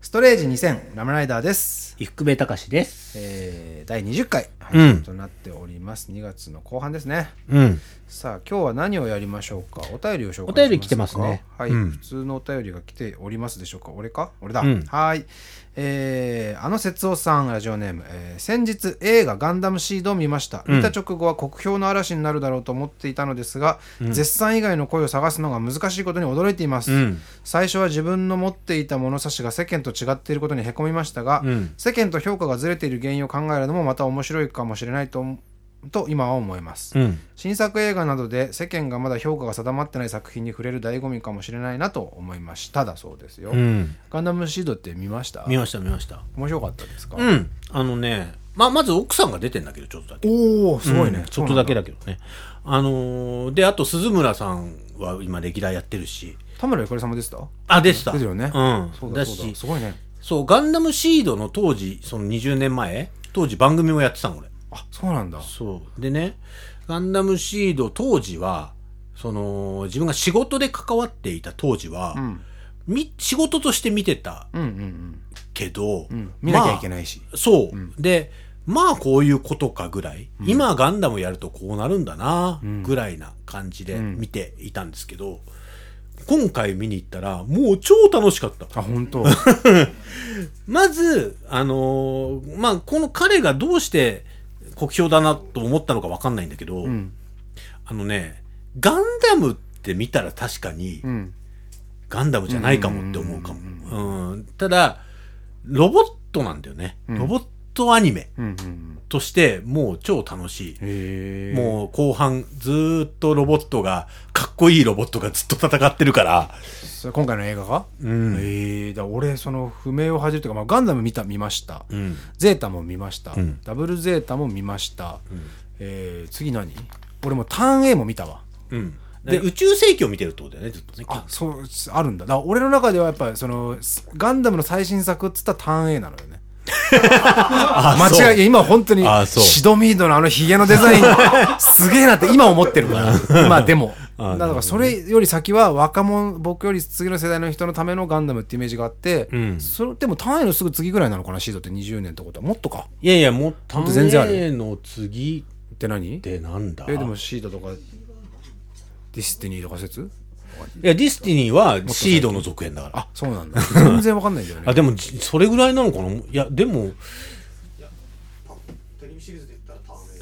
ストレージ2000ラムライダーです、伊福部隆です。えー第20回配信となっております、2月の後半ですねうん。さあ今日は何をやりましょうかお便りを紹介しますかお便り来てますねはい、うん普通のお便りが来ておりますでしょうか俺か俺だ、うんはーいえー、あの節夫さんラジオネーム、えー先日映画「ガンダムシード」を見ました、見た直後は酷評の嵐になるだろうと思っていたのですが、絶賛以外の声を探すのが難しいことに驚いています、うん最初は自分の持っていた物差しが世間と違っていることにへこみましたが、うん世間と評価がずれている原因を考えるのもまた面白いかもしれないとと今は思います、うん。新作映画などで世間がまだ評価が定まってない作品に触れる醍醐味かもしれないなと思いましただそうですよ、うん。ガンダムシードって見ました見ました見ました。面白かったですか、うん。あのね、まあ、まず奥さんが出てんだけど、ちょっとだけ。おおすごいね、うんちょっとだけだけどね。あのーで、あと鈴村さんは今歴代やってるし。田村ゆかりさんもでしたあ、でした。ですよねうん。そうだだそうだし、すごいねそう、ガンダムシードの当時、その20年前、当時番組をやってたの、俺。あそうなんだそう。でね、ガンダムシード当時は、その、自分が仕事で関わっていた当時は、んみ仕事として見てたうんうんけど、うんうん見なきゃいけい。ないし、そう、で、まあこういうことかぐらい、今ガンダムやるとこうなるんだな、ぐらいな感じで見ていたんですけど、今回見に行ったら、もう超楽しかった。あ本当まず、あのーまあ、この彼がどうして酷評だなと思ったのかわかんないんだけど、んあのね、ガンダムって見たら確かにう、んガンダムじゃないかもって思うかも。うんただ、ロボットなんだよね。ロボットアニメうんうんうんとして、もう超楽しい。へえもう後半、ずーっとロボットが、かっこいいロボットがずっと戦ってるから、それ今回の映画が、うんえー、だから俺その不明を恥じるというか、まあ、ガンダム見た見ました、んゼータも見ました、んダブルゼータも見ました、えー次何俺もうターン A も見たわうんで、宇宙世紀を見てるってことだよね、ずっとね。あそうあるんだだから俺の中ではやっぱりそのガンダムの最新作っつったらターン A なのよね間違いいや今本当にあそうシドミードのあのヒゲのデザ インすげえなって今思ってるから今でもだからそれより先は若者僕より次の世代の人のためのガンダムってイメージがあって、んそれでも単位のすぐ次ぐらいなのかなシードって20年ってことはもっとかいやいや、もう、タと全然あるーン A の次って何ってなんだえでもシードとかディスティニーとか説いや、ディスティニーはシードの続編だから。あそうなんだ 全然わかんないんだよあ、ねでも、じそれぐらいなのかないや、でも、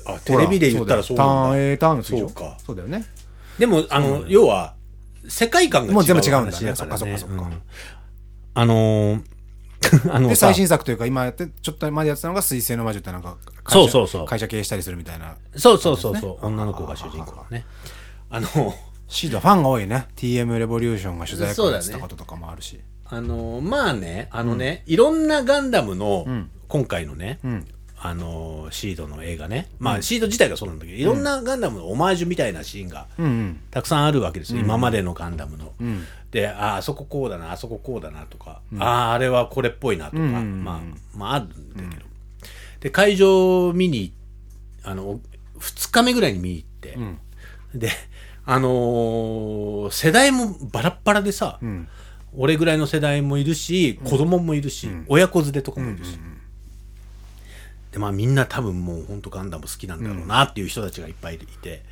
あ、テレビで言ったらそうタなーンんだ。 A ターンの次でしょそうかそうだよねでも、あの、要は、世界観が違う。もう全部違うんだねね。そっかそっかそっかうんあのー あのでさ最新作というか今やってちょっと前でやってたのが「水星の魔女」ってなんか会社そうそうそう会社経営したりするみたいなそうそうそうそう、女の子が主人公だね。あの、 シードはファンが多いね TM レボリューションが取材そうをだやっねてたこととかもあるしあのまあねあのね、いろんなガンダムの、今回のね、んあのシードの映画ねまあシード自体がそうなんだけど、いろんなガンダムのオマージュみたいなシーンがうんうんたくさんあるわけですよ、今までのガンダムの。んでああそここうだなあそここうだなとか、あああれはこれっぽいなとか、んうんうんまあまああるんだけど、で会場見にあの2日目ぐらいに見に行って、であのー世代もバラッバラでさ、ん俺ぐらいの世代もいるし子供もいるし、親子連れとかもいるし、でまあみんな多分もうほんとガンダム好きなんだろうなっていう人たちがいっぱいいて、で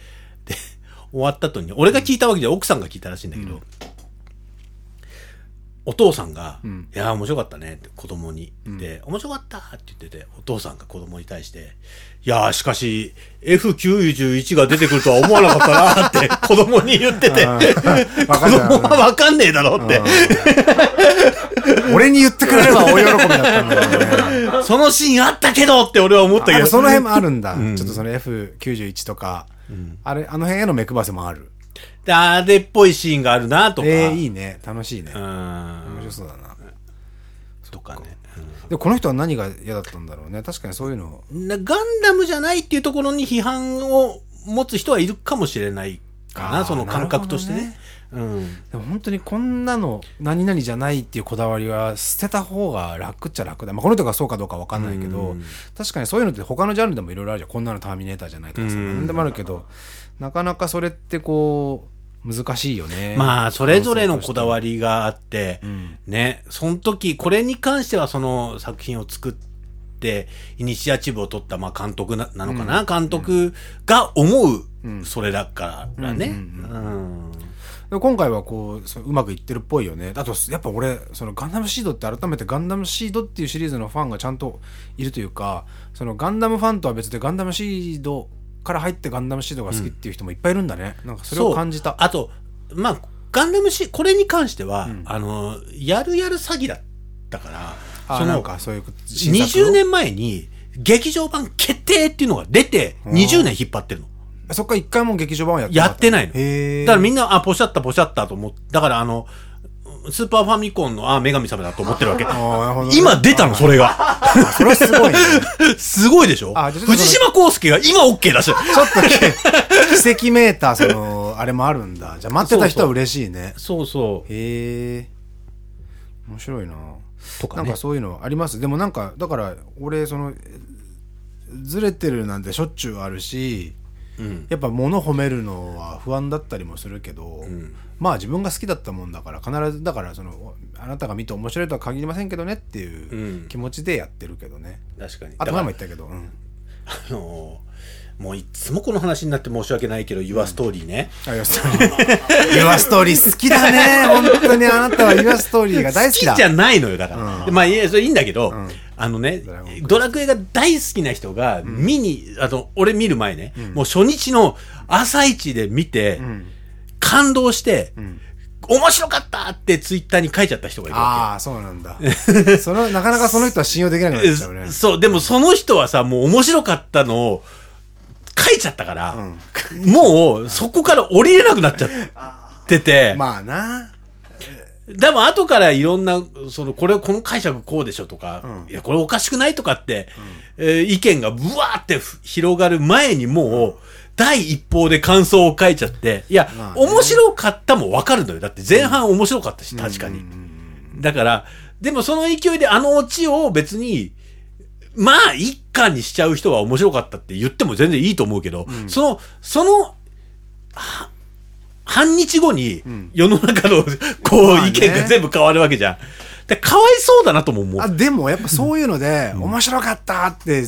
終わった後に俺が聞いたわけじゃ奥さんが聞いたらしいんだけど、お父さんが「いやー面白かったね」って子供に、で「面白かった」って言っててお父さんが子供に対して「いやーしかし F91 が出てくるとは思わなかった な」って子供に言ってて子 わかる供は分かんねえだろって俺に言ってくれれば大喜びだったん だけどねそのシーンあったけどって俺は思ったけあどのその辺もあるんだちょっとその F91 とかあれあの辺への目配せもあるであれっぽいシーンがあるなとか、えーいいね楽しいねう面ん白そうだなとかね、でこの人は何が嫌だったんだろうね確かにそういうのなガンダムじゃないっていうところに批判を持つ人はいるかもしれないかあーなその感覚としてねうんでも本当にこんなの何々じゃないっていうこだわりは捨てた方が楽っちゃ楽だ、まあ、この人がそうかどうか分かんないけど、確かにそういうのって他のジャンルでもいろいろあるじゃんこんなのターミネーターじゃないとかさ、うん何でもあるけどなかなかそれってこう難しいよねまあ、それぞれのこだわりがあって、ね、その時、これに関してはその作品を作って、イニシアチブを取った、まあ、監督ななのかな、監督が思う、それだからね。うんで今回はこうそううまくいってるっぽいよねあとやっぱ俺そのガンダムシードって改めてガンダムシードっていうシリーズのファンがちゃんといるというかそのガンダムファンとは別でガンダムシードから入ってガンダムシードが好きっていう人もいっぱいいるんだね、なんかそれを感じたあと、まあ、ガンダムシ、これに関しては、あの、やるやる詐欺だったから、あそなのん、かそういう新作の20年前に、劇場版決定っていうのが出て、20年引っ張ってるの。そっから一回も劇場版はやってやってないの。へえだからみんな、あ、ポシャったポシャったと思って、だからあの、スーパーファミコンの、あ、女神様だと思ってるわけ。なるほどね今出たの、それ が。それはすごい、ね、すごいでしょあじゃあちょっと藤島康介が今 OK だし。ちょっと奇跡メーターそのあれもあるんだじゃあ待ってた人は嬉しいね そうそう。へえ面白いなとかなねんかそういうのありますでもなんかだから俺そのえずれてるなんてしょっちゅうあるし、やっぱ物褒めるのは不安だったりもするけど、まあ自分が好きだったもんだから必ずだからそのあなたが見て面白いとは限りませんけどねっていう気持ちでやってるけどね、確かに。あとだ前かも言らったけど、うんあのーもういつもこの話になって申し訳ないけど、ユアストーリーね。あ、ストーリー。ユアストーリー好きだね。本当にあなたはユアストーリーが大好きだ。じゃないのよ、だから。でまあ、いや、それいいんだけど、あのねラゴンクエ、ドラクエが大好きな人が、見に、あの、俺見る前ね、もう初日の朝一で見て、感動して、面白かったってツイッターに書いちゃった人がいるわああ、そうなんだ。その、なかなかその人は信用できなくなっけ。ちゃうね え。そう、でもその人はさ、もう面白かったのを書いちゃったから、もうそこから降りれなくなっちゃってて、まあな。でも後からいろんな、その、これ、この解釈こうでしょとか、いや、これおかしくないとかって、えー意見がブワーってふ広がる前にもう、第一報で感想を書いちゃって、いや、まあね面白かったもわかるのよ。だって前半面白かったし、確かに。だから、でもその勢いであのオチを別に、まあ、一貫にしちゃう人は面白かったって言っても全然いいと思うけど、その、その、は半日後に世の中の、こまあうね意見が全部変わるわけじゃん。でかわいそうだなとも思あ、う。でもやっぱそういうので、 面白かったって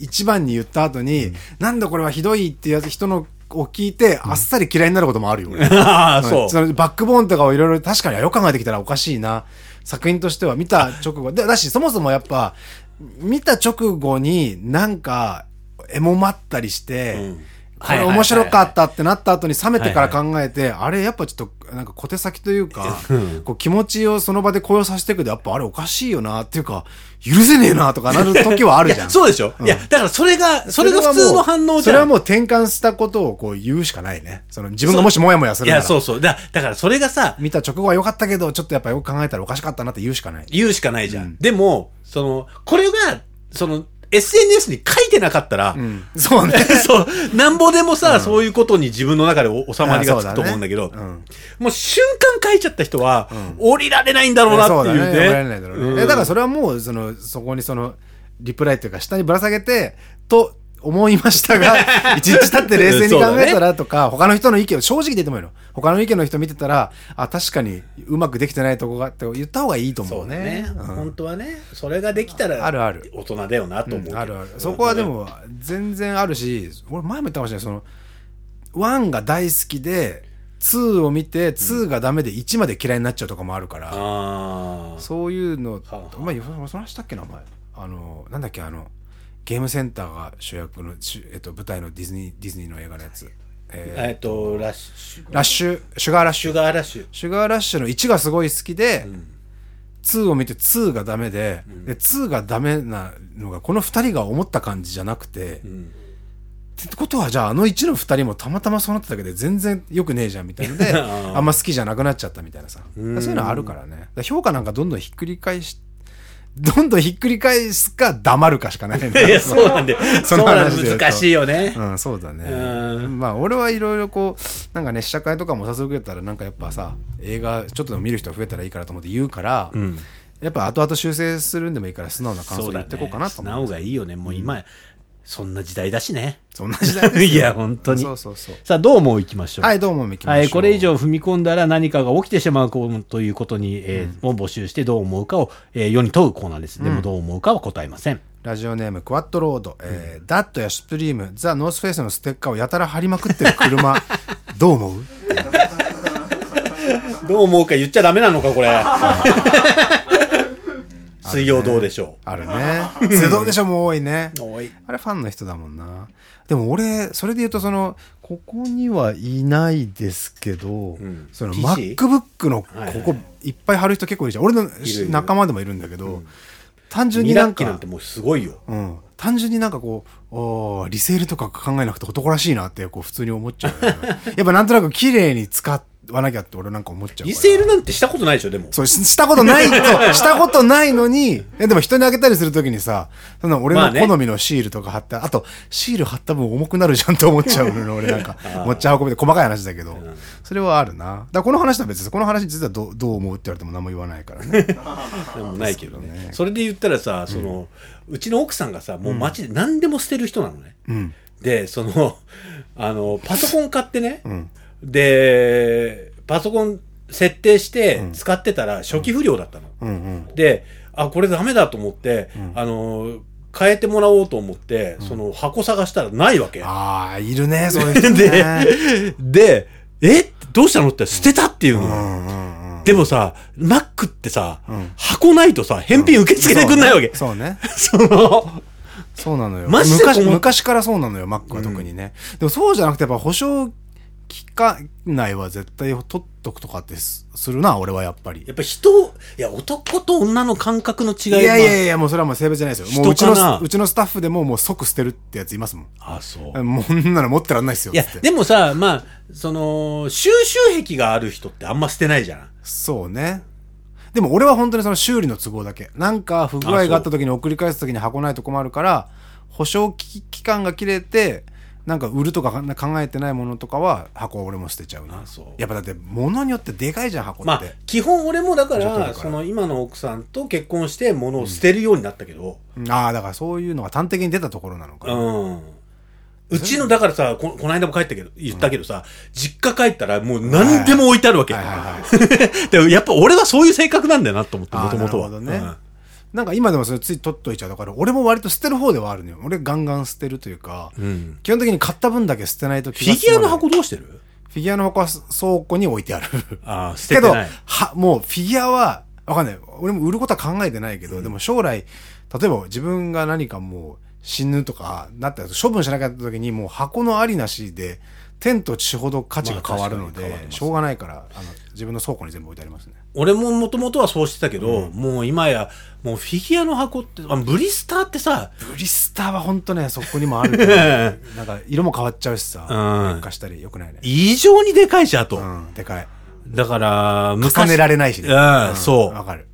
一番に言った後に、なんだこれはひどいってやつ人のを聞いて、あっさり嫌いになることもあるよね。あはあ、いそ。そうのバックボーンとかをいろいろ確かによく考えてきたらおかしいな作品としては見た 直後でだしそもそもやっぱ見た直後になんかエモまったりして、うんこはいれはいはいはい面白かったってなった後に冷めてから考えて、あれやっぱちょっとなんか小手先というか、こう気持ちをその場で高揚させていくでやっぱあれおかしいよなっていうか許せねえなとかなる時はあるじゃん。そうでし ょ、いや、だからそれが、それが普通の反応じゃん。それはもう転換したことをこう言うしかないね。その自分がもしモヤモヤすいるなら。や、そうそう。だだからそれがさ、見た直後は良かったけど、ちょっとやっぱよく考えたらおかしかったなって言うしかない。言うしかないじゃん。でも、その、これが、その、SNS に書いてなかったら、そうね。 そう、なんぼでもさ、そういうことに自分の中でお収まりがつくと思うんだけあど、そうだねもう瞬間書いちゃった人は、降りられないんだろうなそっうてだいね。うやめられね。ないだろうね。えだからそれはもう、その、そこにその、リプライというか、下にぶら下げて、と思いましたが、 一日経って冷静に考えたらとか、他の人の意見を正直で言ってもいいの。他の意見の人見てたら、あ、確かにうまくできてないとこがあって言った方がいいと思そううねね。。本当はね、それができたら、あるある大人だよなと思うけど、あるあるそこはでも全然あるし俺前も言ったかもしれないその1が大好きで2を見て2がダメで1まで嫌いになっちゃうとかもあるから、あーそういうのはあはあお前その話したっけなお前あのなんだっけあのゲームセンターが主役の、しえっと、舞台のディズニーディズニーの映画のやつ、ええっと、ラッシュー、ラッシュシュガーラッシシュュガーラッシュ。シュガーラッシュの1がすごい好きで、2を見て2がダメで,、で2がダメなのがこの2人が思った感じじゃなくて、ってことはじゃああの1の2人もたまたまそうなっただけで全然よくねえじゃんみたいの であんま好きじゃなくなっちゃったみたいなさそういうのあるからねだから評価なんかどんどんひっくり返しどんどんひっくり返すか黙るかしかないんだいや、そうなんで、 そのそうなん話で言うと難しいよね。うん、そうだね。うんまあ、俺はいろいろこう、なんかね、試写会とかもお誘い受けたら、なんかやっぱさ、映画、ちょっとでも見る人が増えたらいいからと思って言うから、やっぱ後々修正するんでもいいから、素直な感想そをう言だっていこうかなとね、思素う。直がいいよね。もう今、そんな時代だしね。そんな時代ですよ いや本当にそうそうそうさあ、どうも行きましょう。はいどうも行きましょうはい、これ以上踏み込んだら何かが起きてしまうこということに、えーを募集してどう思うかを、えー世に問うコーナーです。でもどう思うかは答えません。ラジオネームクワッドロード、えーダットやシュプリームザ・ノースフェイスのステッカーをやたら貼りまくってる車どう思うどう思うか言っちゃダメなのか、こ れ。水曜どうでしょある ね瀬戸でしょも多いねう。い。あれファンの人だもんなでも俺それで言うとそのここにはいないですけど、んその PC？ MacBook のこはいはいこいっぱい貼る人結構いるじゃん俺のいる仲間でもいるんだけど、単純に2なん学期かなんてもうすごいよ。うん、単純になんかこうおーリセールとか考えなくて男らしいなってこう普通に思っちゃうよね、 やっぱなんとなく綺麗に使わなきゃって俺なんか思っちゃうからリセールなんてしたことないでしょ、でも。そうししたことない そうしたことないのにえでも人にあげたりするときにさその俺まあのね好みのシールとか貼って、あとシール貼った分重くなるじゃんと思っちゃうの俺 なんか持ち運びで細かい話だけど、それはあるなだからこの話とは別ですこの話実はどうどう思うって言われても何も言わないから ねでもないけどね。それで言ったらさ、その、うちの奥さんがさ、もう街で何でも捨てる人なのね。うんで、その、 あの、パソコン買ってね、んで、パソコン設定して使ってたら初期不良だったの。うんうんで、あ、これダメだと思って、あの、変えてもらおうと思って、その箱探したらないわ け。ああいるねそういう人ね で、で、えどうしたのって捨てたっていうの。うんうんうんでもさ、Mac ってさ、ん箱ないとさ、返品受け付けてくんないわけ。そうね。 その、そうなのよ。マジで昔思う昔からそうなのよ、Mac は特にね。でもそうじゃなくて、やっぱ保証期間内は絶対取っとくとかってすするな、俺はやっぱり。やっぱ人を、いや、男と女の感覚の違いいはやいやいや、もうそれはもう性別じゃないですよ。もううち人かのなうちのスタッフでももう即捨てるってやついますもん。あ、そう。もうこんなの持ってらんないっすよいやつっ、て。でもさ、まあ、その、収集癖がある人ってあんま捨てないじゃん。そうね。でも俺は本当にその修理の都合だけ。なんか不具合があった時に送り返す時に箱ないと困るから、保証期期間が切れて、なんか売るとか考えてないものとかは箱は俺も捨てちゃうなあそう。やっぱだって物によってでかいじゃん箱って。まあ、基本俺もだか、ちょっとだかららその今の奥さんと結婚して物を捨てるようになったけど、うんああ、だからそういうのが端的に出たところなのかうな。ん。うちの、だからさ、ここの間も帰ったけど、言ったけどさ、実家帰ったらもう何でも置いてあるわけ。はいはいはいは でもやっぱ俺はそういう性格なんだよなと思って、あもーともとは。なるほどねうんなんか今でもそれつい取っといちゃう。だから俺も割と捨てる方ではあるのよ。俺ガンガン捨てるというか、うん基本的に買った分だけ捨てないとフ気がィ済ギュまアなのい箱どうしてるフィギュアの箱は倉庫に置いてある。ああ、捨けててど、ない。は、もうフィギュアは、わかんない。俺も売ることは考えてないけど、でも将来、例えば自分が何かもう死ぬとか、なったら処分しなきゃった時に、もう箱のありなしで、天と地ほど価値が変わるのまあ確かに変わでり、ますしょうがないから、あの、自分の倉庫に全部置いてありますね。俺ももともとはそうしてたけど、もう今や、もうフィギュアの箱って、あブリスターってさ、ブリスターは本当ね、そこにもあるけど、なんか色も変わっちゃうしさ、うん劣化したり、よくないね。異常にでかいし、あと。うん、でかい。だから、重ねられないしね。うんんそうわかる。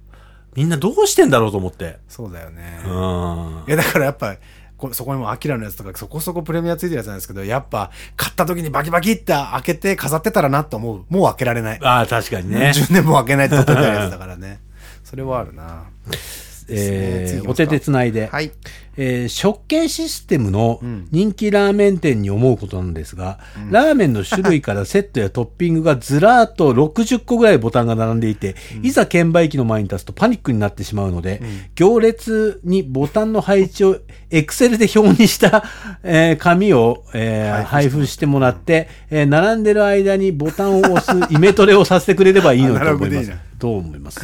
みんなどうしてんだろうと思って。そうだよね。うんい。やだからやっぱこそこにもアキラのやつとかそこそこプレミアついてるやつなんですけどやっぱ買った時にバキバキって開けて飾ってたらなと思うもう開けられない、ああ、確かにね。 10年も開けないって取ってたやつだから ねそれはあるなですねえーお手手つないで、はいえー食券システムの人気ラーメン店に思うことなんですが、ラーメンの種類からセットやトッピングがずらーっと60個ぐらいボタンが並んでいて、いざ券売機の前に立つとパニックになってしまうので、行列にボタンの配置をエクセルで表にした、えー紙を、えー配布してもらって、えー並んでる間にボタンを押すイメトレをさせてくれればいいのアとナロ思グいでいい ますじゃん。どう思います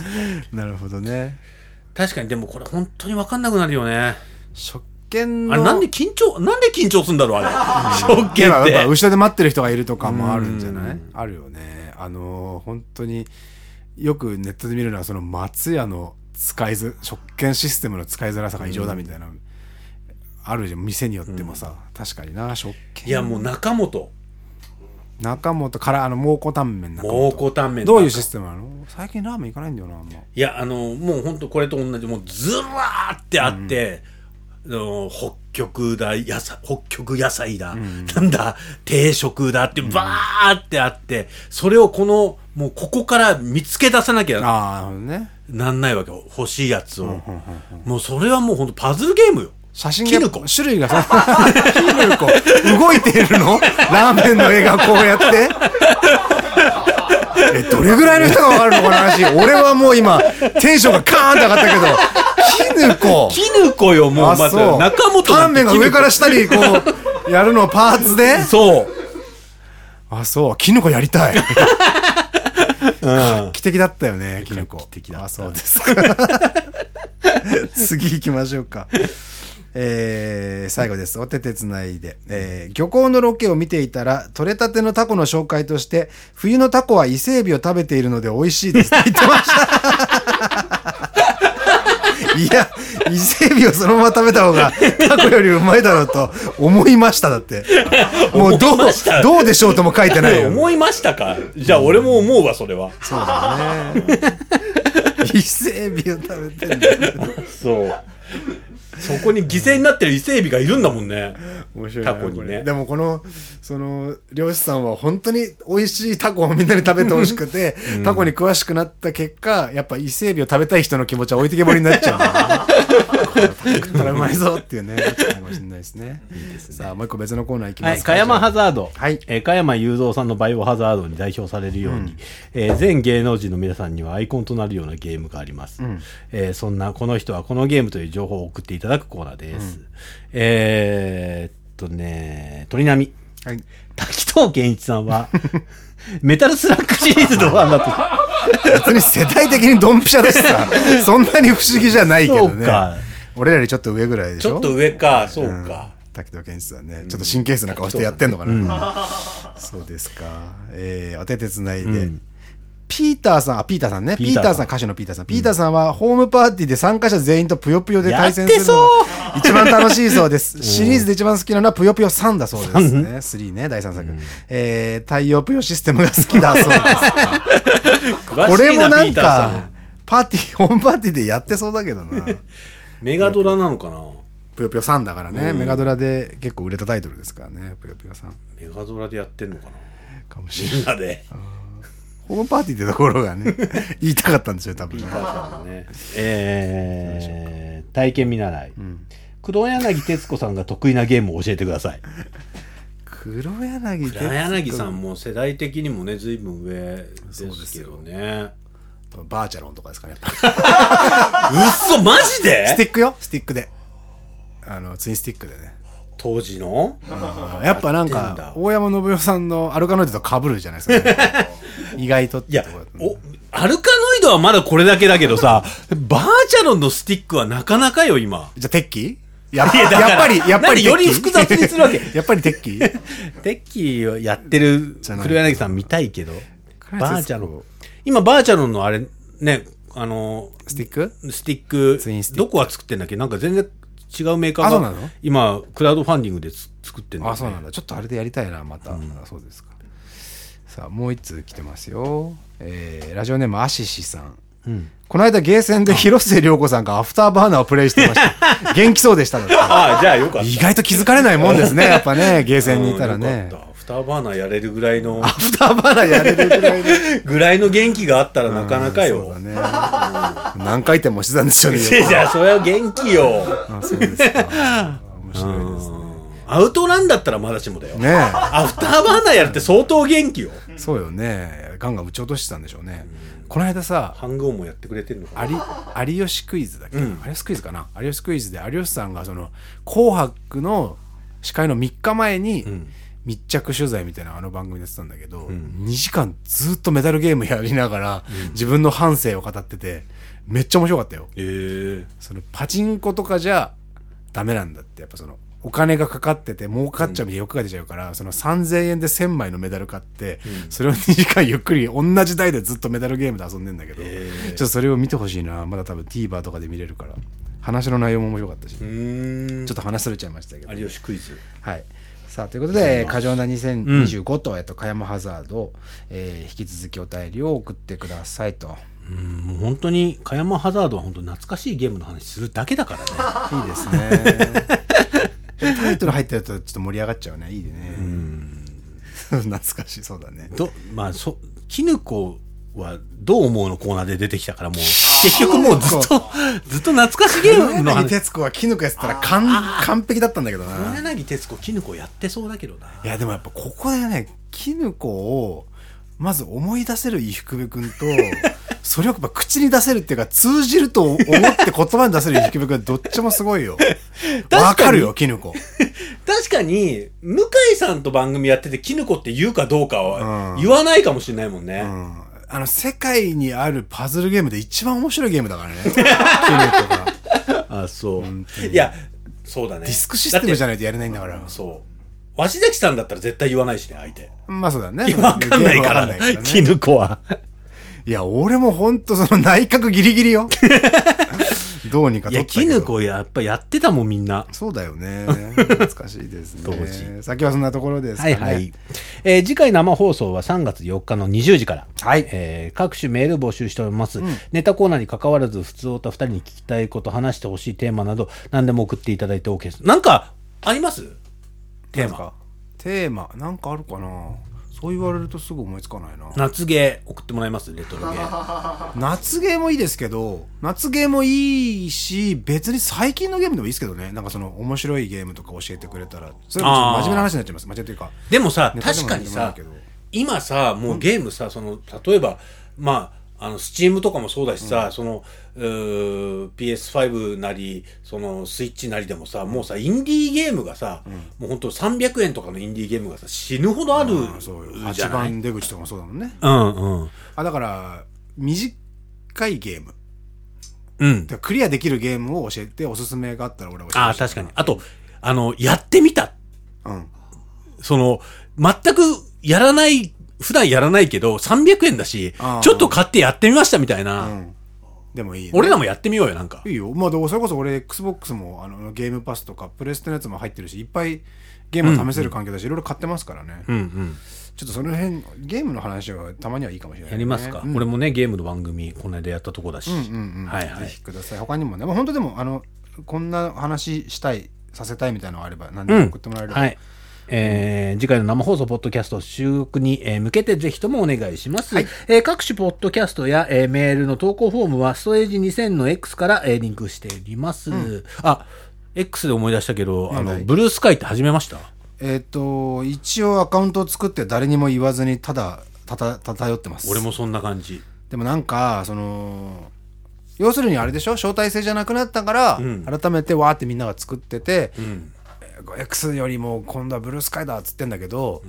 なるほどね確かにでもこれ本当に分かんなくなるよね食券のあれなんで緊張なんで緊張するんだろうあれ食いや券っやってぱ後ろで待ってる人がいるとかもあるんじゃないあるよねあのー本当によくネットで見るのはその松屋の使いづ食券システムの使いづらさが異常だみたいな、あるじゃん店によってもさ、確かにな食券いやもう中本中本からあの蒙古タンメン中蒙本古タンメンどういうシいステムなの最近ラーメン行かないんだよなあんまやあのもう本当これと同じもうずらーってあって、あの北極だ野菜北極野菜だ、なんだ定食だってバーってあって、それをこのもうここから見つけ出さなきゃああなるほどねなんないわけよ欲しいやつを、もうそれはもう本当パズルゲームよ写真キヌコ種類がさ、キヌコ。動いているのラーメンの絵がこうやって。え、どれぐらいの人がわかるのこの話。俺はもう今、テンションがカーンって上がったけど、キヌコ。キヌコよ、もう、まず、中本タンメンが上から下にこう、やるのをパーツで ら。そう。あ、そう。キヌコやりたい。うん。画期的だったよね、キノコ。画期的だったあ、そうですか。 次行きましょうか。えー最後です。お手手つないで、えー漁港のロケを見ていたら、取れたてのタコの紹介として、冬のタコは伊勢海老を食べているので美味しいですって言ってま した。いや、伊勢海老をそのまま食べた方がタコよりうまいだろうと思いましただって。もうどう思いました、どうでしょうとも書いてないよ。思いましたかじゃあ、俺も思うわ、それは。そうだね。伊勢海老を食べてんだよ。そう。そこに犠牲になってる伊勢海老がいるんだもんね。面白いタコにねこれでもこの、その、漁師さんは本当に美味しいタコをみんなに食べてほしくて、タコに詳しくなった結果、やっぱ伊勢海老を食べたい人の気持ちは置いてけぼりになっちゃうんだねこれパクったらうまいぞっていうね、なっちゃうかもしれないですね。さあ、もう一個別のコーナーいきまはい、す加山ハザード。はいえー加山雄三さんのバイオハザードに代表されるように、えー全芸能人の皆さんにはアイコンとなるようなゲームがあります。えーそんな、この人はこのゲームという情報を送っていただくコーナーです。えーっとね、鳥波。はい。滝藤健一さん は、メタルスラックシリーズのファンだ別と。に世代的にドンピシャだし さ、そんなに不思議じゃないけどそうねか。俺らよりちょっと上ぐらいでしょちょっと上か、そうか。滝藤健一さんね、ちょっと神経質な顔してやってんのかな。 そうですか。えー、当ててつないで。ピーターさん、あ、ピーターさんね。ピピーータータさんーさん、歌手のピーターさん。ピーターさんは、ホームパーティーで参加者全員とぷよぷよで対戦するの が一番楽しいそうです。シリーズで一番好きなのは、ぷよぷよ3だそうですね。3ね、第3作。えー、太陽ぷよシステムが好きだ そうです。これもな詳しいんピーターさか、パーティー、ホームパーティーでやってそうだけどな。メガドラなのかなぷよぷよさんだからね、メガドラで結構売れたタイトルですからねぷよぷよさんメガドラでやってんのかなかもしれないみんなで。ホームパーティーってところがね 言いたかったんですよ多分ね、えー、体験見習い。黒柳徹子さんが得意なゲームを教えてください。黒柳徹黒柳さんも世代的にもね、ずいぶん上ですけどね。バーチャロンとかですかねやっぱりうっそ、マジステでィックよスティックであのツインスティックでね当時のやっぱなんやってんだか大山信代さんのアルカノイドと被るじゃないですか、 意外とっていやところだと、お、アルカノイドはまだこれだけだけどさ、バーチャロンのスティックはなかなかよ、今。じゃあテッキーやっいやだからやっぱりやっぱりなんでテよりッキー複雑にするわけ やっぱりテッキーテッキーをやってるじゃない黒柳さん見たいけど、黒柳バさんーチャロン。今、バーチャロンのあれ、ね、あの、スティックスティック、ツインスティックどこが作ってんだっけなんか全然違うメーカーあそうがなの今、クラウドファンディングでつ作ってんだよねあそうなんだちょっとあれでやりたいなまた、あそうですかさあもう一通来てますよ、えーラジオネームアシシさん、この間ゲーセンで広末涼子さんがアフターバーナーをプレイしてました 元気そうでしただってああ、じゃあよかった。意外と気づかれないもんです ねやっぱねゲーセンにいたらうんよねかったアフターバーナーやれるぐらいの ア、フターバーナーやれるぐらいのぐらいの元気があったらなかなかそうよだ。ね何回転もしてたんでしょうじ ねゃあ、それは元気よ。あそうですか面白いですねアウトランだったらまだしもだよ。ねアフターバーナーやるって相当元気よ。えそうよねガンガン打ち落としてたんでしょうねこの間さハングオンもやってくれてるのかな。有有吉クイズだっけ、有吉クイズかな有吉クイズで有吉さんがその「紅白」の司会の3日前に密着取材みたいなあの番組でやってたんだけど、2時間ずっとメダルゲームやりながら自分の半生を語っててめっちゃ面白かったよ。えーそのパチンコとかじゃダメなんだってやっぱそのお金がかかってて儲かっちゃうみたいな欲が出ちゃうから、その3000円で1000枚のメダル買って、それを2時間ゆっくり同じ台でずっとメダルゲームで遊んでんだけど、ちょっとそれを見てほしいなまだ多分 TVer とかで見れるから話の内容も面白かったし、うちーん。ょっと話されちゃいましたけど有吉クイズ。はい。さあ、ということで、過剰な2025と、えっと、かやまハザード、えー引き続きお便りを送ってくださいと。うん、もう本当に、加山ハザードは本当懐かしいゲームの話するだけだから いね。いですね。 タイトル入ってるとちょっと盛り上がっちゃうね。いいでね。 懐かしい、そうだね。どまあそキヌコはどう思うのコーナーで出てきたからもう 結局もうずっと、ずっと懐かしゲームの柳話。徹子が絹子やってたら完完璧だったんだけどな黒柳徹子、絹子やってそうだけどな。いやでもやっぱここでね絹子をまず思い出せる伊福部君と それをやっぱ口に出せるっていうか通じると思って言葉に出せる伊福部君どっちもすごいよかにわかるよ絹子確かに、向井さんと番組やってて、絹子って言うかどうかはうん言わないかもしれないもんね。うんあの世界にあるパズルゲームで一番面白いゲームだからね 絹子があ、そう。当にいや、そうだデね。ィスクシステムじゃなない。いとやれないんだからそう。鷲崎さんだったら絶対言わないしね、相手。まあそうだねわかんなゲームいかわらかんないから、ね絹子は。いや俺もほんとその内角ギリギリ よどうにかい取や、ったけど絹子やっぱやってたもん、みんな。そうだよね。懐かしいです当ね。時先はそんなところですかはね。いはい。えー次回生放送は3月4日の20時から。はいえー各種メール募集しております。ネタコーナーに関わらず、普通と2人に聞きたいこと、話してほしいテーマなど、何でも送っていただいて OK です。なんか、ありますテーなんマか。テーマ、なんかあるかなそう言われるとすぐ思いつかないな。夏芸送ってもらいますレトロゲー。夏ゲーもいいですけど、夏ゲーもいいし、別に最近のゲームでもいいですけどね。なんかその面白いゲームとか教えてくれたら、それもちょっと真面目な話になっちゃいます。間違っていうか。でもさ、ネタで確もか何でにもないさけど、今さ、もうゲームさ、その、例えば、まあ、あの、スチームとかもそうだしさ、その、うー PS5 なり、その、スイッチなりでもさ、もうさ、インディーゲームがさ、もうほんと300円とかのインディーゲームがさ、死ぬほどあるうんそうよ。じゃ8ない番出口とかもそうだもんね。うんうん。あ、だから、短いゲーム。うんだ。からクリアできるゲームを教えて、おすすめがあったら俺は教えてあほあ、しい確かに。あと、あの、やってみた。うん。その、全くやらない、普段やらないけど、300円だしあー、ちょっと買ってやってみましたみたいな。うん。でもいいね、俺らもやってみようよ、なんか。いいよ。まあ、でもそれこそ俺、XBOX もあのゲームパスとか、プレステのやつも入ってるし、いっぱいゲームを試せる環境だし、いろいろ買ってますからね。うんうん。ちょっとその辺、ゲームの話はたまにはいいかもしれない、やりますか。うん俺もね、ゲームの番組、この間やったとこだし。うんうんうんはいはいぜひください。他にもね、まあ、本当でも、あの、こんな話したい、させたいみたいなのがあれば、何でうもん。送ってもらえれば。はい。えー次回の生放送、ポッドキャスト収録にえー向けて、ぜひともお願いします。はいえー各種ポッドキャストや、えーメールの投稿フォームは、ストレージ2000の X から、えーリンクしております。あ、X で思い出したけど、あなんだの、いブルースカイって始めましたえっ、と、一応アカウントを作って誰にも言わずに、ただ、たた、漂ってます。俺もそんな感じ。でもなんかその要するにあれでしょ招待制じゃなくなったから、ん改めてわーってみんなが作ってて、うん。えー X よりも今度はブルースカイだっつってんだけど、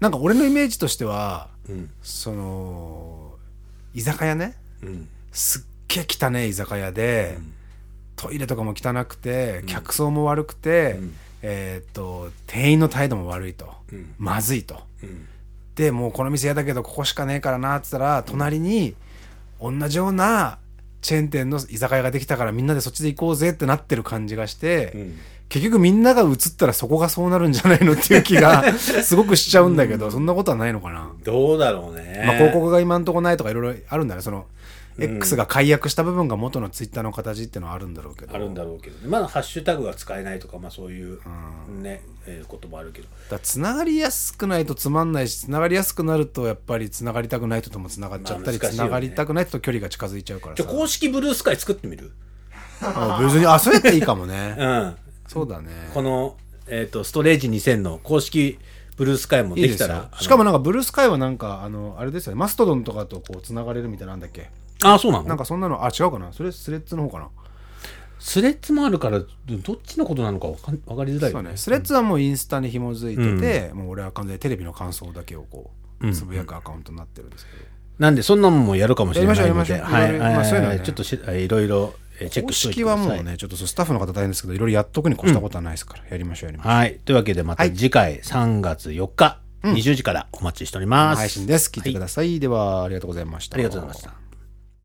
なんか俺のイメージとしてはうん。その居酒屋ねうん。すっげえ汚い居酒屋で、トイレとかも汚くて客層も悪くて、うんえーっと店員の態度も悪いと、うんまずいと。うん。でもうこの店嫌だけどここしかねえからなっつったら隣に同じようなチェーン店の居酒屋ができたからみんなでそっちで行こうぜってなってる感じがして、うん結局みんなが移ったらそこがそうなるんじゃないのっていう気 がすごくしちゃうんだけど、そんなことはないのかな、どうだろうね。まあ、広告が今んとこないとかいろいろあるんだねその X が解約した部分が元のツイッターの形っていうのはあるんだろうけどあるんだろうけどね、まだハッシュタグが使えないとか、まあ、そういう、ねえーこともあるけどだつながりやすくないとつまんないしつながりやすくなるとやっぱりつながりたくない人ともつながっちゃったりまあ難つしいなよねがりたくない人と距離が近づいちゃうからじさゃあ公式ブルースカイ作ってみる、あ別にあそうやっていいかもうねん、 そうだねこの、えー、とストレージ2000の公式ブルースカイもいいでできすたらよあのしかもなんかブルースカイはなんかあのあれですよねマストドンとかとこうつながれるみたいなのあんだっけあそうなのなんかそんなのあ違うかなそれスレッズの方かなスレッズもあるからどっちのことなのかわかんわかりづらいそようねねスレッズはもうインスタに紐づいてて、もう俺は完全にテレビの感想だけをこうつぶやくアカウントになってるんですけど、なんでそんなもんもやるかもしれないやりまのしょうでやりましょういはいろいろまあそういうのははねいちょっとしえーいろいろえーチェッ公クしておいて式くだはさいもうねちょっとそうスタッフの方大変ですけどいろいろやっとくに越したことはないですから、やりましょうやりましょはいというわけでまた次回3月4日、20時からお待ちしておりうます、配信です聞いてください、ではありがとうございましたありがとうございました